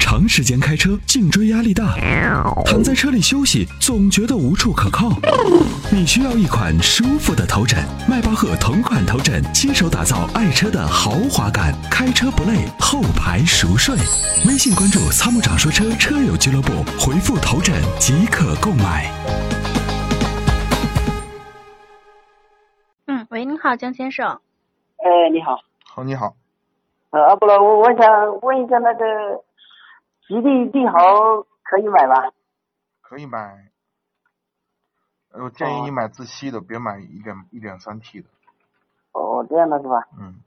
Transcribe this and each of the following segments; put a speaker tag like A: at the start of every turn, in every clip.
A: 长时间开车，颈椎压力大，躺在车里休息，总觉得无处可靠。你需要一款舒服的头枕，迈巴赫同款头枕，亲手打造爱车的豪华感，开车不累，后排熟睡。微信关注“参谋长说车”车友俱乐部，回复“头枕”即可购买。
B: 嗯，喂，您好，江先生。
C: 哎，你好，
D: 好，你好，
C: 呃，阿波罗，我我想问一下那个吉利帝豪可以买吧？
D: 可以买。呃我建议你买自吸的，别买一点一点三 T 的。
C: 哦，这样的是吧？
D: 嗯，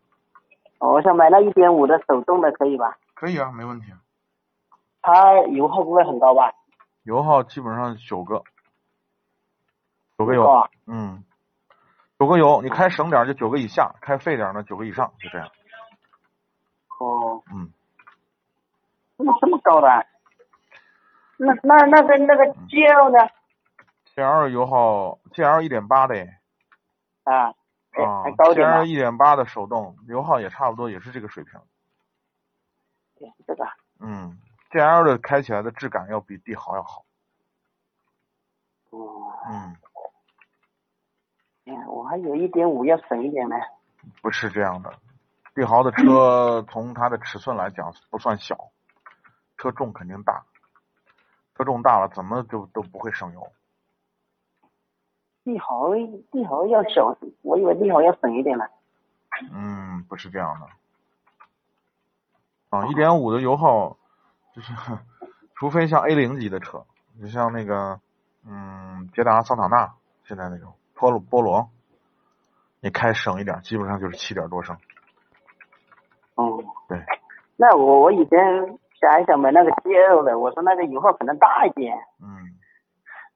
C: 哦我想买那一点五的手动的可以吧？
D: 可以啊，没问题啊。
C: 它油耗不会很高吧？
D: 油耗基本上九个，九个油，
C: 哦，
D: 嗯，九个油，你开省点儿就九个以下，开费点儿呢九个以上，就这样。
C: 哦，
D: 嗯，
C: 怎么这么高的啊？那那那个那个 GL 呢？
D: GL 油耗，GL 一点八的，
C: 啊，还
D: 啊
C: 哎还高点
D: ，GL
C: 吗？
D: 一点八的手动，油耗也差不多，也是这个水平。
C: 这个
D: 嗯，GL 的开起来的质感要比帝豪要好。
C: 哦，
D: 嗯，
C: 哎呀我还有一点五要省一点呢。
D: 不是这样的，帝豪的车从它的尺寸来讲不算小，车重肯定大，车重大了怎么就都不会省油。
C: 帝豪帝豪要小，我以为帝豪要省一点呢。
D: 嗯，不是这样的。啊，一点五的油耗，就是除非像 A 零级的车，就像那个嗯捷达、桑塔纳，现在那种波罗波罗，你开省一点，基本上就是七点多升。
C: 哦，
D: 对。
C: 那我我以前想一想买那个 GL 的，我说那个油耗可能大一点，
D: 嗯，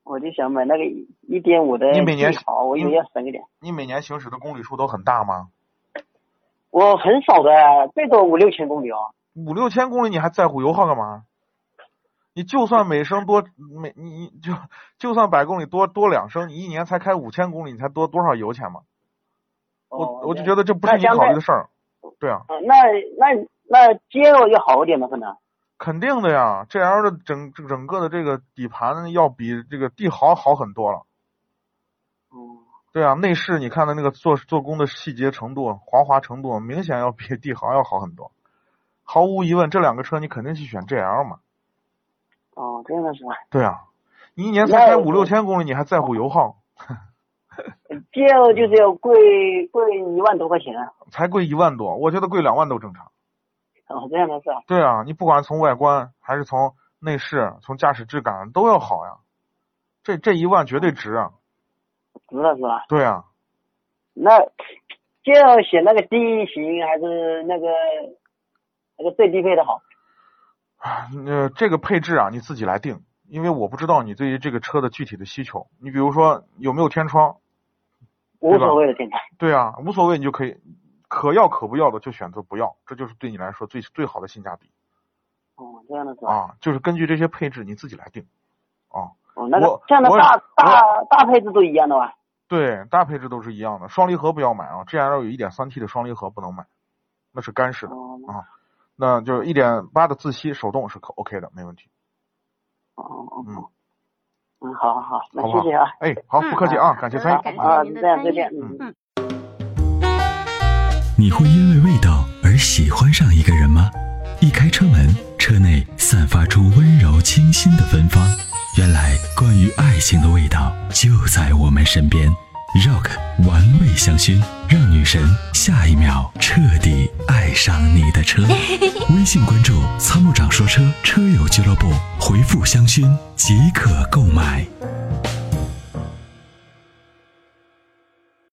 C: 我就想买那个一点五的
D: 你每年
C: 最好，我以为要省一点。
D: 你每年行驶的公里数都很大吗？
C: 我很少的，最多五六千公里哦。
D: 五六千公里你还在乎油耗干嘛？你就算每升多每你你就就算百公里多多两升，你一年才开五千公里，你才多多少油钱嘛？我我就觉
C: 得，
D: 得这不是
C: 那
D: 你
C: 相
D: 考
C: 哦
D: 虑
C: 对
D: 的事儿。对啊，
C: 嗯那那那 GL 要好一点吧，可能。
D: 肯定的呀，G L 的整整个的这个底盘要比这个帝豪好很多了。
C: 嗯，
D: 对啊，内饰你看的那个做做工的细节程度、滑滑程度，明显要比帝豪要好很多。毫无疑问，这两个车你肯定去选 G L 嘛。
C: 哦，这样的是吧
D: 对啊，你一年才开五六千公里，你还在乎油耗？
C: ？GL 就是要贵贵一万多块钱啊。
D: 才贵一万多，我觉得贵两万都正常。
C: 哦，这样的是吧？
D: 对啊，你不管从外观还是从内饰、从驾驶质感都要好呀。这这一万绝对值啊！
C: 值了是吧？
D: 对啊，
C: 那 GL 选那个低型还是那个那个最低配的好？
D: 啊呃，这个配置啊，你自己来定，因为我不知道你对于这个车的具体的需求。你比如说有没有天窗？
C: 无所谓的现在。
D: 对啊，无所谓，你就可以可要可不要的就选择不要，这就是对你来说最最好的性价比
C: 哦，这样的是吧？
D: 啊。就是根据这些配置你自己来定啊。
C: 哦，那个
D: 我
C: 这样的
D: 我
C: 大
D: 我
C: 大大配置都一样的吧？
D: 对，大配置都是一样的。双离合不要买啊，GL 有一点三 T 的双离合不能买，那是干式的。
C: 哦，
D: 那就是一点八的自吸手动是可 OK 的，没问题。
C: 哦哦
D: 嗯
C: 哦，嗯，好好好，那
D: 好不好
C: 谢谢啊，
D: 哎，好，不客气啊，感谢参与。
B: 嗯感谢
C: 啊，
B: 您的
C: 这样再
B: 参与
C: 见，嗯。
A: 你会因为味道而喜欢上一个人吗？一开车门，车内散发出温柔清新的芬芳。原来，关于爱情的味道就在我们身边。Rock 玩味香薰，让女神下一秒彻底爱上你的车。微信关注“参谋长说车”车友俱乐部，回复“香薰”即可购买。
B: 嗯